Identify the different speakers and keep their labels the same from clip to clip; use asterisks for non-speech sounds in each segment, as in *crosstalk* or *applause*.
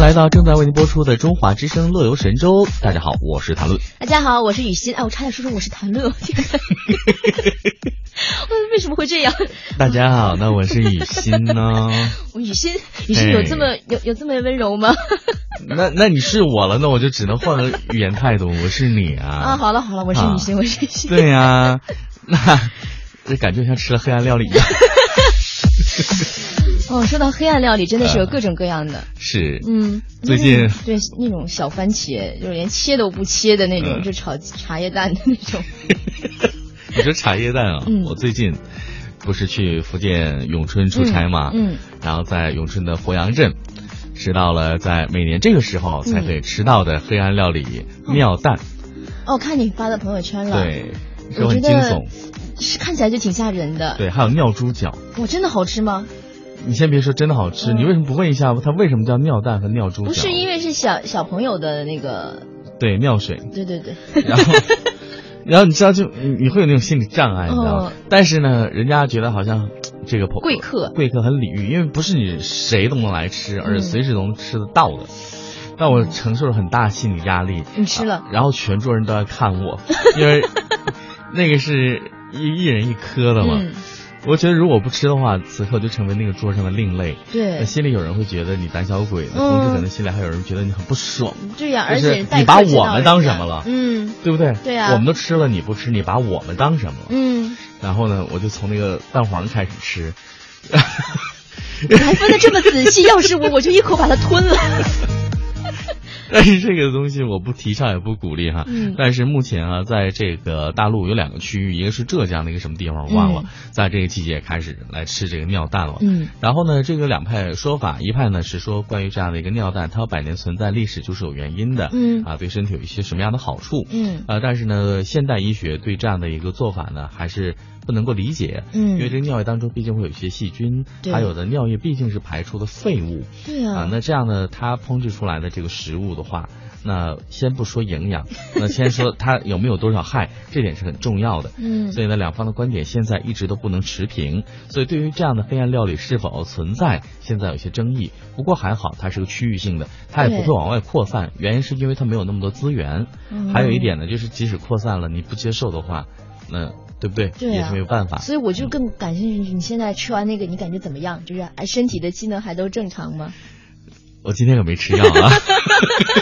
Speaker 1: 来到正在为您播出的《中华之声·乐游神州》，大家好，我是谭论。
Speaker 2: 大家好，我是雨欣。哎，我差点说成我
Speaker 1: *laughs*
Speaker 2: 是谭论，我天哪！为什么会这样？
Speaker 1: 大家好，那我是雨欣呢。
Speaker 2: 我雨欣，雨欣有这么
Speaker 1: 哎
Speaker 2: 有有这么温柔吗？
Speaker 1: *laughs* 那那你是我了，那我就只能换个语言态度，我是你啊。
Speaker 2: *laughs* 啊，好了好了，我是雨欣，
Speaker 1: 啊
Speaker 2: 我是雨欣。
Speaker 1: 对呀、 *laughs* 那这感觉像吃了黑暗料理一
Speaker 2: *laughs*
Speaker 1: 样。
Speaker 2: 哦，说到黑暗料理，真的是有各种各样的。
Speaker 1: 是，
Speaker 2: 嗯，
Speaker 1: 啊最近
Speaker 2: 那种对那种小番茄，就是连切都不切的那种，
Speaker 1: 嗯
Speaker 2: 就炒茶叶蛋的那种。
Speaker 1: 你说茶叶蛋啊，
Speaker 2: 嗯
Speaker 1: 我最近不是去福建永春出差嘛，
Speaker 2: 嗯嗯
Speaker 1: 然后在永春的佛阳镇吃到了在每年这个时候
Speaker 2: 嗯
Speaker 1: 才可以吃到的黑暗料理妙蛋，
Speaker 2: 哦，看你发到朋友圈了。。
Speaker 1: 对，是
Speaker 2: 我觉
Speaker 1: 很惊
Speaker 2: 得
Speaker 1: 悚，
Speaker 2: 是看起来就挺吓人的。
Speaker 1: 对，还有尿猪脚。
Speaker 2: 我真的好吃吗？
Speaker 1: 你先别说真的好吃，
Speaker 2: 嗯
Speaker 1: 你为什么不问一下它为什么叫尿蛋和尿猪脚？
Speaker 2: 不是因为是小小朋友的那个，
Speaker 1: 对尿
Speaker 2: *laughs*
Speaker 1: 水，
Speaker 2: 对对对，
Speaker 1: 然后然后你知道就你你会有那种心理障碍，你知道吗？
Speaker 2: 嗯
Speaker 1: 但是呢，人家觉得好像这个朋
Speaker 2: 贵客
Speaker 1: 贵客很礼遇，因为不是你谁都能来吃，而
Speaker 2: 嗯
Speaker 1: 是随时都能吃得到的。但我承受了很大心理压力，
Speaker 2: 你吃了
Speaker 1: 啊然后全桌人都在看我，因
Speaker 2: *laughs*
Speaker 1: 为那个是一一人一颗的嘛。
Speaker 2: 嗯，
Speaker 1: 我觉得如果不吃的话，此刻我就成为那个桌上的另类。
Speaker 2: 对嗯
Speaker 1: 那心里有人会觉得你胆小鬼，那同时可能心里还有人觉得你很不爽，
Speaker 2: 对呀、
Speaker 1: 就
Speaker 2: 而
Speaker 1: 是
Speaker 2: 且待
Speaker 1: 你把
Speaker 2: 客之
Speaker 1: 我
Speaker 2: 道
Speaker 1: 们
Speaker 2: 人
Speaker 1: 当
Speaker 2: 家
Speaker 1: 什么了
Speaker 2: 嗯
Speaker 1: 对不对？
Speaker 2: 对啊
Speaker 1: 我们都吃了你不吃，你把我们当
Speaker 2: *laughs*
Speaker 1: 什么了？
Speaker 2: 嗯，
Speaker 1: 然后呢，我就从那个蛋黄开始
Speaker 2: *laughs*
Speaker 1: 吃，
Speaker 2: 你还分得这么仔
Speaker 1: *laughs*
Speaker 2: 细，要是我，我就一口把它吞了。
Speaker 1: 但是哎这个东西我不提倡也不鼓励哈。
Speaker 2: 嗯
Speaker 1: 但是目前啊，在这个大陆有两个区域，一个是浙江的一个什么地方我忘了，在这个季节开始来吃这个尿蛋了。
Speaker 2: 嗯
Speaker 1: 然后呢，这个两派说法，一派呢是说关于这样的一个尿蛋，它有百年存在历史就是有原因的，
Speaker 2: 嗯
Speaker 1: 啊，对身体有一些什么样的好处，
Speaker 2: 嗯
Speaker 1: 啊，但是呢，现代医学对这样的一个做法呢，还是不能够理解，因
Speaker 2: 嗯
Speaker 1: 为这个尿液当中毕竟会有一些细菌，
Speaker 2: 对嗯
Speaker 1: 还有的尿液毕竟是排出的废物，
Speaker 2: 对呀、
Speaker 1: 啊，那这样呢，它烹制出来的这个食物的话，那先不说营养，那先说它有没有多少害，这点是很重要的。
Speaker 2: 嗯
Speaker 1: 所以呢，两方的观点现在一直都不能持平，所以对于这样的黑暗料理是否存在，现在有些争议。不过还好，它是个区域性的，它也不会
Speaker 2: 对
Speaker 1: 往外扩散，原因是因为它没有那么多资源。
Speaker 2: 嗯
Speaker 1: 还有一点呢，就是即使扩散了，你不接受的话，那对不对？
Speaker 2: 对啊
Speaker 1: 也是没有办法。
Speaker 2: 所以我就更感兴趣，你现在吃完那个，你感觉怎么样？就是哎，身体的机能还都正常吗？
Speaker 1: 我今天可没吃药
Speaker 2: *laughs*
Speaker 1: 啊。 *laughs*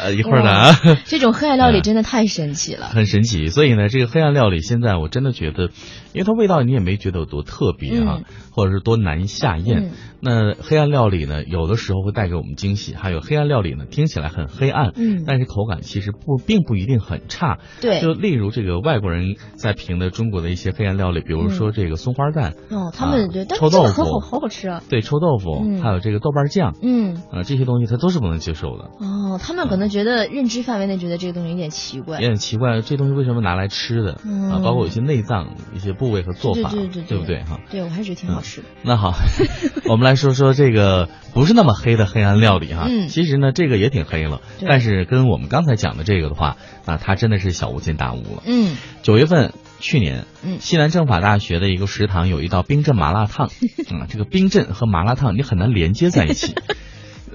Speaker 1: 呃，一会儿呢啊。
Speaker 2: 这种黑暗料理真的太神奇了。
Speaker 1: 很神奇。所以呢，这个黑暗料理现在我真的觉得，因为它味道你也没觉得有多特别啊，
Speaker 2: 嗯
Speaker 1: 或者是多难下咽。
Speaker 2: 嗯
Speaker 1: 那黑暗料理呢，有的时候会带给我们惊喜，还有黑暗料理呢，听起来很黑暗，
Speaker 2: 嗯
Speaker 1: 但是口感其实不并不一定很差。
Speaker 2: 对
Speaker 1: 就啊例如这个外国人在评的中国的一些黑暗料理，比如说这个松花蛋，
Speaker 2: 哦，他们、
Speaker 1: 啊
Speaker 2: 对，但
Speaker 1: 臭
Speaker 2: 是真
Speaker 1: 豆
Speaker 2: 的
Speaker 1: 腐
Speaker 2: 很好，好好吃啊。
Speaker 1: 对，臭豆腐，
Speaker 2: 嗯
Speaker 1: 还有这个豆瓣酱。
Speaker 2: 嗯，
Speaker 1: 啊、这些东西他都是不能接受的，
Speaker 2: 哦，他们可能觉得认知范围内觉得这个东西有点奇怪
Speaker 1: 也。很奇怪，这东西为什么拿来吃的、啊？
Speaker 2: 嗯
Speaker 1: 包括有些内脏、一些部位和做法，
Speaker 2: 对对对
Speaker 1: 不对哈？
Speaker 2: 对，我还是觉得挺好吃的。
Speaker 1: 那好， *laughs* 我们来说说这个不是那么黑的黑暗料理哈。
Speaker 2: 嗯
Speaker 1: 其实呢，这个也挺黑了，
Speaker 2: 对
Speaker 1: 但是跟我们刚才讲的这个的话，那它真的是小巫见大巫了。
Speaker 2: 嗯
Speaker 1: 九月份，去年，
Speaker 2: 嗯
Speaker 1: 西南政法大学的一个食堂有一道冰镇麻辣
Speaker 2: *laughs*
Speaker 1: 烫，啊、这个冰镇和麻辣烫你很难连接在一
Speaker 2: *laughs*
Speaker 1: 起，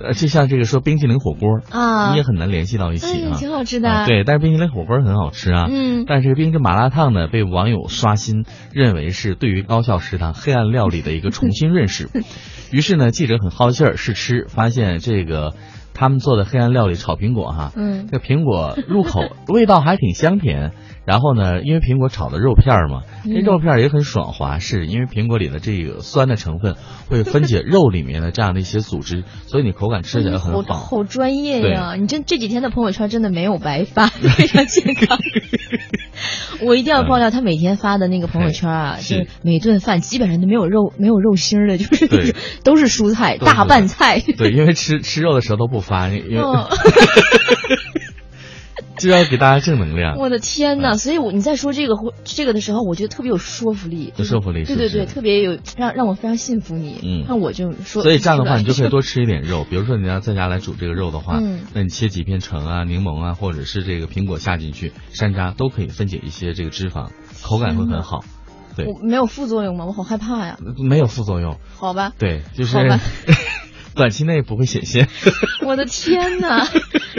Speaker 1: 呃，就像这个说冰淇淋火锅，
Speaker 2: 啊
Speaker 1: 你也，很难联系到一起
Speaker 2: 嗯，
Speaker 1: 啊。
Speaker 2: 挺好吃的
Speaker 1: 啊
Speaker 2: 啊。
Speaker 1: 对，但是冰淇淋火锅很好吃啊。
Speaker 2: 嗯
Speaker 1: 但是这个冰镇麻辣烫呢，被网友刷新，认为是对于高校食堂黑暗料理的一个重新认
Speaker 2: *laughs*
Speaker 1: 识。于是呢，记者很好奇儿试吃，发现这个他们做的黑暗料理炒苹果哈、
Speaker 2: 嗯
Speaker 1: 这苹果入口味道还挺香甜。然后呢，因为苹果炒的肉片儿嘛，这
Speaker 2: 嗯
Speaker 1: 肉片儿也很爽滑，是因为苹果里的这个酸的成分会分解肉里面的这样的一些组织，所以你口感吃起来
Speaker 2: 好
Speaker 1: 很好。
Speaker 2: 好专业呀！你这这几天的朋友圈真的没有白发，非常健康。 *laughs* 我一定要爆料，他每天发的那个朋友圈啊，
Speaker 1: 嗯是
Speaker 2: 就是每顿饭基本上都没有肉，没有肉心儿的，就是 *laughs*
Speaker 1: 对
Speaker 2: 都是蔬菜、
Speaker 1: 都是
Speaker 2: 大拌菜。
Speaker 1: 对，因为吃吃肉的时候都不发，因为、 *laughs*
Speaker 2: 嗯，
Speaker 1: 就要给大家正能量。
Speaker 2: 我的天呐！所以我你在说这个或这个的时候，我觉得特别有说服力，
Speaker 1: 有说服力是
Speaker 2: 对对
Speaker 1: 不是
Speaker 2: 对，特别有让让我非常信服你，
Speaker 1: 嗯
Speaker 2: 让我就说。
Speaker 1: 所以这样的话，你就可以
Speaker 2: *laughs* 说
Speaker 1: 多吃一点肉。比如说，你要在家来煮这个肉的话，
Speaker 2: 嗯
Speaker 1: 那你切几片橙啊、柠檬啊，或者是这个苹果下进去，山楂都可以分解一些这个脂肪，口感会很好。对，呃
Speaker 2: 我没有副作用吗？我好害怕呀！
Speaker 1: 没有副作用。
Speaker 2: 好吧，
Speaker 1: 对，就是。
Speaker 2: 好吧
Speaker 1: *laughs* 短期内不会显
Speaker 2: *laughs*
Speaker 1: 现。
Speaker 2: 我的天哪，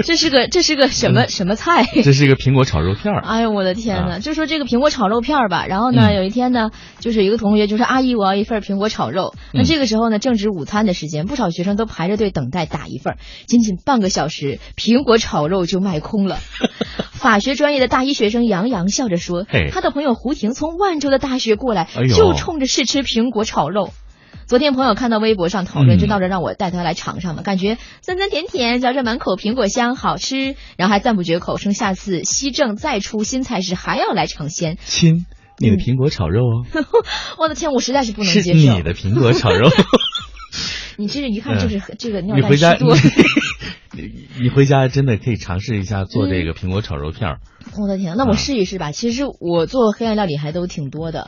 Speaker 2: 这是个这是个什
Speaker 1: 嗯
Speaker 2: 么什么菜？ *laughs*
Speaker 1: 这是一个苹果炒肉片儿。
Speaker 2: 哎呦我的天
Speaker 1: 啊
Speaker 2: 哪！就说这个苹果炒肉片儿吧，然后呢，
Speaker 1: 嗯
Speaker 2: 有一天呢，就是一个同学就说：“阿姨，我要一份苹果炒肉。”
Speaker 1: 嗯
Speaker 2: 那这个时候呢，正值午餐的时间，不少学生都排着队等待打一份儿。仅仅半个小时，苹果炒肉就卖
Speaker 1: *laughs*
Speaker 2: 空了。法学专业的大一学生杨洋笑着说
Speaker 1: 嘿：“
Speaker 2: 他的朋友胡婷从万州的大学过来
Speaker 1: 哎呦，
Speaker 2: 就冲着试吃苹果炒肉。”昨天朋友看到微博上讨论，
Speaker 1: 嗯
Speaker 2: 就闹着让我带他来尝尝嘛，感觉酸酸甜甜，嚼着满口苹果香，好吃，然后还赞不绝口，称下次西正再出新菜时还要来尝鲜。
Speaker 1: 亲，你的苹果炒肉
Speaker 2: *laughs*
Speaker 1: 哦，
Speaker 2: 我的天，我实在是嗯不能
Speaker 1: 是
Speaker 2: 接受。
Speaker 1: 你的苹果炒
Speaker 2: *laughs*
Speaker 1: 肉。
Speaker 2: 你这是一看就是、这个尿
Speaker 1: 嗯你回家
Speaker 2: 袋吃多。
Speaker 1: 你 *laughs* 你你回家真的可以尝试一下做这个苹果炒肉片儿。
Speaker 2: *laughs* 我的天，那我试一
Speaker 1: 啊
Speaker 2: 试吧。其实我做黑暗料理还都挺多的。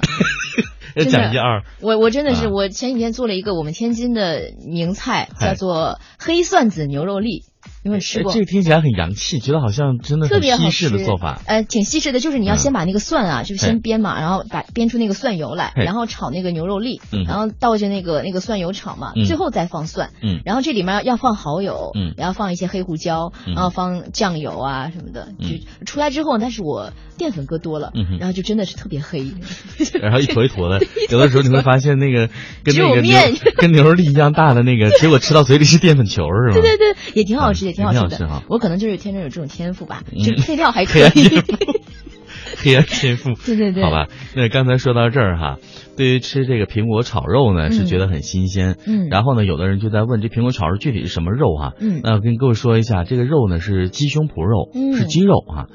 Speaker 1: 呃
Speaker 2: 真的
Speaker 1: 讲一二，
Speaker 2: 我我真的是，
Speaker 1: 啊
Speaker 2: 我前几天做了一个我们天津的名菜，
Speaker 1: 嗨
Speaker 2: 叫做黑蒜子牛肉粒，有没有吃
Speaker 1: 呃
Speaker 2: 过？
Speaker 1: 这个听起来很洋气，觉得好像真的
Speaker 2: 特
Speaker 1: 很
Speaker 2: 别好
Speaker 1: 西
Speaker 2: 吃
Speaker 1: 式的做法。
Speaker 2: 呃，挺西式的，就是你要
Speaker 1: 嗯
Speaker 2: 先把那个蒜啊，就是先煸嘛，然后把煸出那个蒜油来，
Speaker 1: 嘿
Speaker 2: 然后炒那个牛肉粒，
Speaker 1: 嗯
Speaker 2: 然后倒着那个那个蒜油炒嘛，
Speaker 1: 嗯
Speaker 2: 最后再放蒜，
Speaker 1: 嗯
Speaker 2: 然后这里面要要放蚝油，
Speaker 1: 嗯
Speaker 2: 然后放一些黑胡椒，
Speaker 1: 嗯
Speaker 2: 然后放酱油啊什么的，
Speaker 1: 嗯
Speaker 2: 就出来之后，但是我淀粉搁多了，
Speaker 1: 嗯哼
Speaker 2: *laughs* 然后就真的是特别
Speaker 1: *laughs*
Speaker 2: 黑，
Speaker 1: 然后一坨一坨的，有的时候你会发现那个跟
Speaker 2: 只有
Speaker 1: 那个牛
Speaker 2: 面
Speaker 1: 跟牛肉粒一样大的
Speaker 2: *laughs*
Speaker 1: 那个，结果吃到嘴里是淀粉球儿，是吧？
Speaker 2: 对对对，也挺好吃，
Speaker 1: 嗯
Speaker 2: 也挺好
Speaker 1: 也
Speaker 2: 吃
Speaker 1: 挺好吃
Speaker 2: 的
Speaker 1: 哈。
Speaker 2: 我可能就是天生有这种天赋吧，
Speaker 1: 嗯
Speaker 2: 就是配料
Speaker 1: *laughs*
Speaker 2: 还可
Speaker 1: 黑暗
Speaker 2: 以。
Speaker 1: 天赋，黑暗天赋。
Speaker 2: *laughs* 对 *laughs* 对对，
Speaker 1: 好吧，那刚才说到这儿哈，对于吃这个苹果炒肉呢，是
Speaker 2: 嗯
Speaker 1: 觉得很新鲜。
Speaker 2: 嗯
Speaker 1: 然后呢，有的人就在问这苹果炒肉具体是什么肉哈、
Speaker 2: 嗯
Speaker 1: 那我跟各位说一下，这个肉呢是鸡胸脯肉，
Speaker 2: 嗯
Speaker 1: 是鸡肉啊。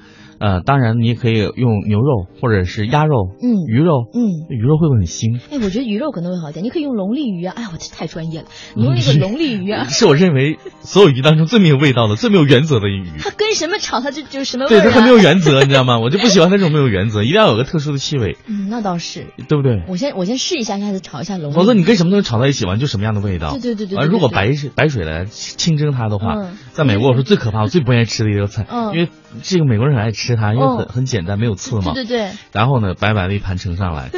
Speaker 1: 呃，当然你也可以用牛肉或者是鸭肉、
Speaker 2: 嗯
Speaker 1: 鱼肉，
Speaker 2: 嗯。
Speaker 1: 鱼肉会不会很腥？
Speaker 2: 哎，我觉得鱼肉可能会好一点，你可以用龙利鱼啊！哎，我这太专业了，你用那个龙利鱼啊，
Speaker 1: 是我认为所有鱼当中最没有味道的、最没有原则的鱼。
Speaker 2: 它 *laughs* 跟什么炒它就就是什么味
Speaker 1: 对，
Speaker 2: 儿、啊。
Speaker 1: 它很没有原则，你知道吗？我就不喜欢那种没有原则，一定要有个特殊的气味，
Speaker 2: 嗯，那倒是。
Speaker 1: 对不对？
Speaker 2: 我先我先试一下，下次炒一下龙利鱼。
Speaker 1: 否则你跟什么东西炒在一起完就什么样的味道。
Speaker 2: 对对对对
Speaker 1: 完，
Speaker 2: 对
Speaker 1: 如果
Speaker 2: 对
Speaker 1: 白水白水来清蒸它的话，
Speaker 2: 嗯
Speaker 1: 在美国我是最可怕、我最不愿意吃的一道菜，
Speaker 2: 嗯
Speaker 1: 因为这个美国人很爱吃它，因为很、
Speaker 2: 嗯
Speaker 1: 很简单，没有刺嘛。
Speaker 2: 对对对，
Speaker 1: 然后呢，白白的一盘盛上来。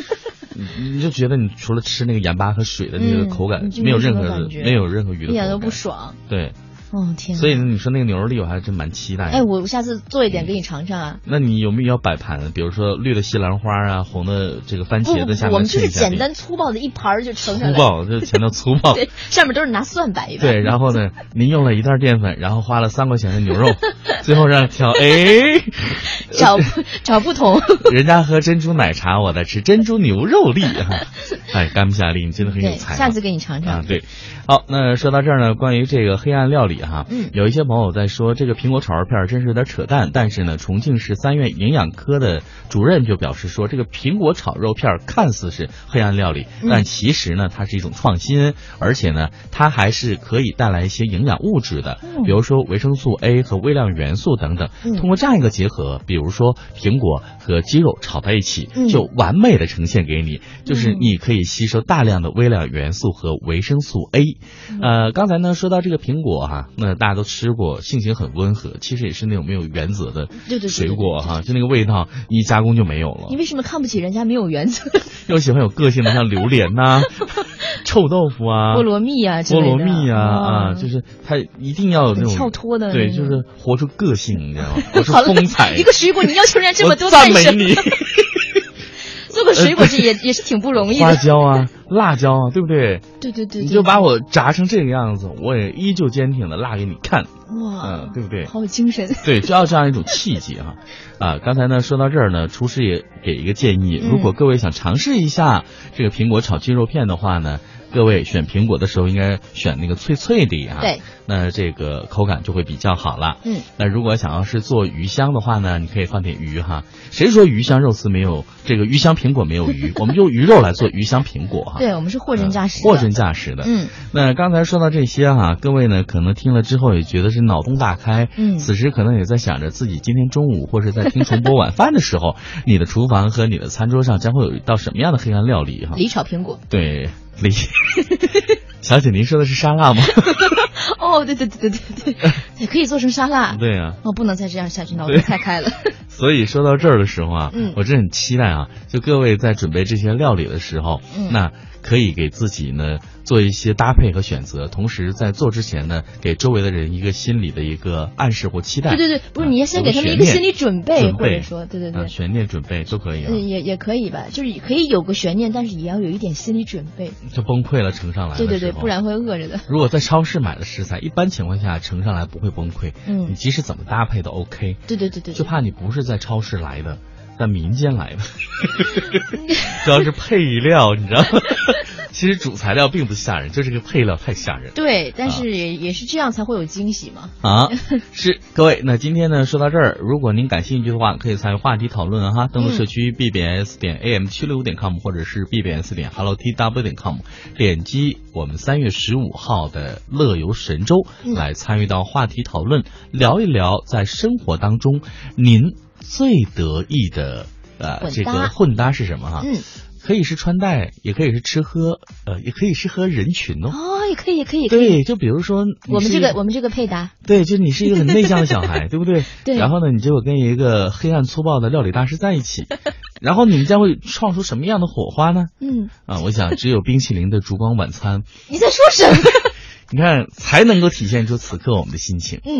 Speaker 1: 你你就觉得你除了吃那个盐巴和水的那个
Speaker 2: 嗯
Speaker 1: 口感，
Speaker 2: 你就
Speaker 1: 没有
Speaker 2: 没什
Speaker 1: 任
Speaker 2: 么
Speaker 1: 何的
Speaker 2: 感觉
Speaker 1: 没有任何鱼的
Speaker 2: 一
Speaker 1: 口
Speaker 2: 点
Speaker 1: 感
Speaker 2: 哎都不。爽。
Speaker 1: 对，
Speaker 2: 哦天哪！
Speaker 1: 所以嗯呢，你说那个牛肉粒我还真蛮期待的。
Speaker 2: 哎，我下次做一点给你尝尝啊。
Speaker 1: 那你有没有要摆盘？比如说绿的西兰花啊，红的这个番
Speaker 2: 不
Speaker 1: 茄
Speaker 2: 不
Speaker 1: 的下
Speaker 2: 哎不，我
Speaker 1: 面
Speaker 2: 们就
Speaker 1: 衬一下
Speaker 2: 是简
Speaker 1: 那个
Speaker 2: 单粗暴的一盘儿就盛上
Speaker 1: 粗
Speaker 2: 来，
Speaker 1: 暴，这强调粗
Speaker 2: *laughs*
Speaker 1: 暴。
Speaker 2: 对，上面都是拿蒜摆一摆。
Speaker 1: 对，然后呢，您用了一袋淀粉，然后花了三块钱的牛
Speaker 2: *laughs*
Speaker 1: 肉，最后让挑，哎，*laughs*
Speaker 2: 找不找不同。
Speaker 1: 人家喝珍珠奶茶，我在吃珍珠牛肉粒， *laughs* 啊哎，干不下力，你真的很有
Speaker 2: 对，
Speaker 1: 才啊。
Speaker 2: 下次给你尝尝。
Speaker 1: 啊，对，好，那说到这儿呢，关于这个黑暗料理哈，
Speaker 2: 嗯
Speaker 1: 有一些朋友在说这个苹果炒肉片儿真是有点扯淡，但是呢，重庆市三院营养科的主任就表示说，这个苹果炒肉片儿看似是黑暗料理，
Speaker 2: 嗯
Speaker 1: 但其实呢，它是一种创新，而且呢，它还是可以带来一些营养物质的，
Speaker 2: 嗯
Speaker 1: 比如说维生素 A 和微量元素等等。
Speaker 2: 嗯
Speaker 1: 通过这样一个结合，比如说苹果和鸡肉炒在一起，
Speaker 2: 嗯
Speaker 1: 就完美的呈现给你，就是
Speaker 2: 嗯
Speaker 1: 你可以吸收大量的微量元素和维生素 A。呃，
Speaker 2: 嗯
Speaker 1: 刚才呢说到这个苹果哈、那大家都吃过，性情很温和，其实也是那种没有原则的
Speaker 2: 对对对
Speaker 1: 水果哈、就那个味道一加工就没有了
Speaker 2: 你。为什么看不起人家没有原则？
Speaker 1: 又喜欢有个性的，像榴莲呐、
Speaker 2: *laughs*
Speaker 1: 臭豆腐啊、
Speaker 2: 菠萝蜜啊之
Speaker 1: 菠
Speaker 2: 类
Speaker 1: 萝
Speaker 2: 的，
Speaker 1: 蜜啊啊，
Speaker 2: 嗯
Speaker 1: 就是它一定要有那种
Speaker 2: 很跳脱的
Speaker 1: 对，
Speaker 2: 那
Speaker 1: 就
Speaker 2: 种
Speaker 1: 是活出个性，你知道
Speaker 2: *laughs*
Speaker 1: 吗？活出
Speaker 2: 好了
Speaker 1: 风采。
Speaker 2: 一个水果，你要求人家这么
Speaker 1: *laughs*
Speaker 2: 多
Speaker 1: 我赞
Speaker 2: 干
Speaker 1: 美
Speaker 2: 什
Speaker 1: 你
Speaker 2: 么？， *laughs* 做个水果
Speaker 1: *laughs*
Speaker 2: 这也也是挺不容易
Speaker 1: 花
Speaker 2: 的。
Speaker 1: 椒啊、辣椒啊，对不对？
Speaker 2: 对对对，
Speaker 1: 你
Speaker 2: 对
Speaker 1: 就把我炸成这个样子，我也依旧坚挺的辣给你看，
Speaker 2: 哇
Speaker 1: 嗯，，对不对？
Speaker 2: 啊好有精神。
Speaker 1: 对，就要这样一种契机哈、啊。刚才呢说到这儿呢，厨师也给一个建议，
Speaker 2: 嗯
Speaker 1: 如果各位想尝试一下这个苹果炒鸡肉片的话呢，各位选苹果的时候应该选那个脆脆的啊，
Speaker 2: *laughs* 对，
Speaker 1: 那这个口感就会比较好了。
Speaker 2: 嗯，
Speaker 1: 那如果想要是做鱼香的话呢，你可以放点鱼哈。谁说鱼香肉丝没有这个鱼香苹果没有鱼？我们就用鱼肉来做鱼香苹果哈。
Speaker 2: 对我们是货真价实
Speaker 1: 啊嗯
Speaker 2: 的。
Speaker 1: 货真价实的。
Speaker 2: 嗯，
Speaker 1: 那刚才说到这些哈、各位呢可能听了之后也觉得是脑洞大开，
Speaker 2: 嗯
Speaker 1: 此时可能也在想着自己今天中午或者在听重播晚饭的时
Speaker 2: *laughs*
Speaker 1: 候，你的厨房和你的餐桌上将会有一道什么样的黑暗料理哈、
Speaker 2: 梨炒苹果。
Speaker 1: 对，李小姐，您说的是沙拉吗？
Speaker 2: *laughs* 哦，对对对对对
Speaker 1: *laughs*
Speaker 2: 对，对可以做成沙拉。
Speaker 1: 啊对啊。
Speaker 2: 哦，不能再这样下去，脑
Speaker 1: 对
Speaker 2: 洞太开
Speaker 1: *laughs*
Speaker 2: 了。
Speaker 1: 所以说到这儿的时候啊，
Speaker 2: 嗯
Speaker 1: 我真的很期待啊，就各位在准备这些料理的时候，
Speaker 2: 嗯
Speaker 1: 那可以给自己呢做一些搭配和选择，同时在做之前呢，给周围的人一个心理的一个暗示或期待。
Speaker 2: 对对对，不是
Speaker 1: 啊
Speaker 2: 你要先
Speaker 1: 有
Speaker 2: 给他们一
Speaker 1: 悬
Speaker 2: 个
Speaker 1: 念
Speaker 2: 心理准备，
Speaker 1: 准
Speaker 2: 或者
Speaker 1: 备
Speaker 2: 说，对对
Speaker 1: 啊
Speaker 2: 对，
Speaker 1: 悬念准备都可以啊
Speaker 2: 嗯，，也也可以吧，就是可以有个悬念，但是也要有一点心理准备。
Speaker 1: 就崩溃了，乘上来的
Speaker 2: 对对对，
Speaker 1: 时候
Speaker 2: 不然会饿着的。
Speaker 1: 如果在超市买的食材，一般情况下盛上来不会崩溃，
Speaker 2: 嗯
Speaker 1: 你即使怎么搭配都 OK，
Speaker 2: 对对对对，
Speaker 1: 就怕你不是在超市来的，在民间
Speaker 2: *laughs*
Speaker 1: 来的，主要是配料，你知道吗？ *laughs* 其实主材料并不吓人，就是这个配料太吓人了
Speaker 2: 对，但是也、也是这样才会有惊喜嘛。
Speaker 1: 啊！ *laughs* 是各位，那今天呢说到这儿，如果您感兴趣的话，可以参与话题讨论啊哈，登录
Speaker 2: 嗯
Speaker 1: 社区 bbs 点 am 七六五点 com 或者是 bbs 点 hello tw 点 com，点击我们三月十五号的乐游神州、
Speaker 2: 嗯
Speaker 1: 来参与到话题讨论，聊一聊在生活当中您最得意的呃
Speaker 2: 混搭
Speaker 1: 这个混搭是什么哈、
Speaker 2: 嗯，
Speaker 1: 可以是穿戴，也可以是吃喝，呃，也可以是和人群哦。
Speaker 2: 哦，也可以，也可以，也可以。
Speaker 1: 对，就比如说你
Speaker 2: 我们
Speaker 1: 是
Speaker 2: 这
Speaker 1: 一
Speaker 2: 个我们这个配搭，
Speaker 1: 对，就你是一个很内向的小孩，对不对？
Speaker 2: 对
Speaker 1: 然后呢，你就跟一个黑暗粗暴的料理大师在一起，然后你们将会创出什么样的火花呢？
Speaker 2: 嗯，
Speaker 1: 啊，我想只有冰淇淋的烛光晚餐，
Speaker 2: 你在说什么？
Speaker 1: 你看才能够体现出此刻我们的心情。
Speaker 2: 嗯。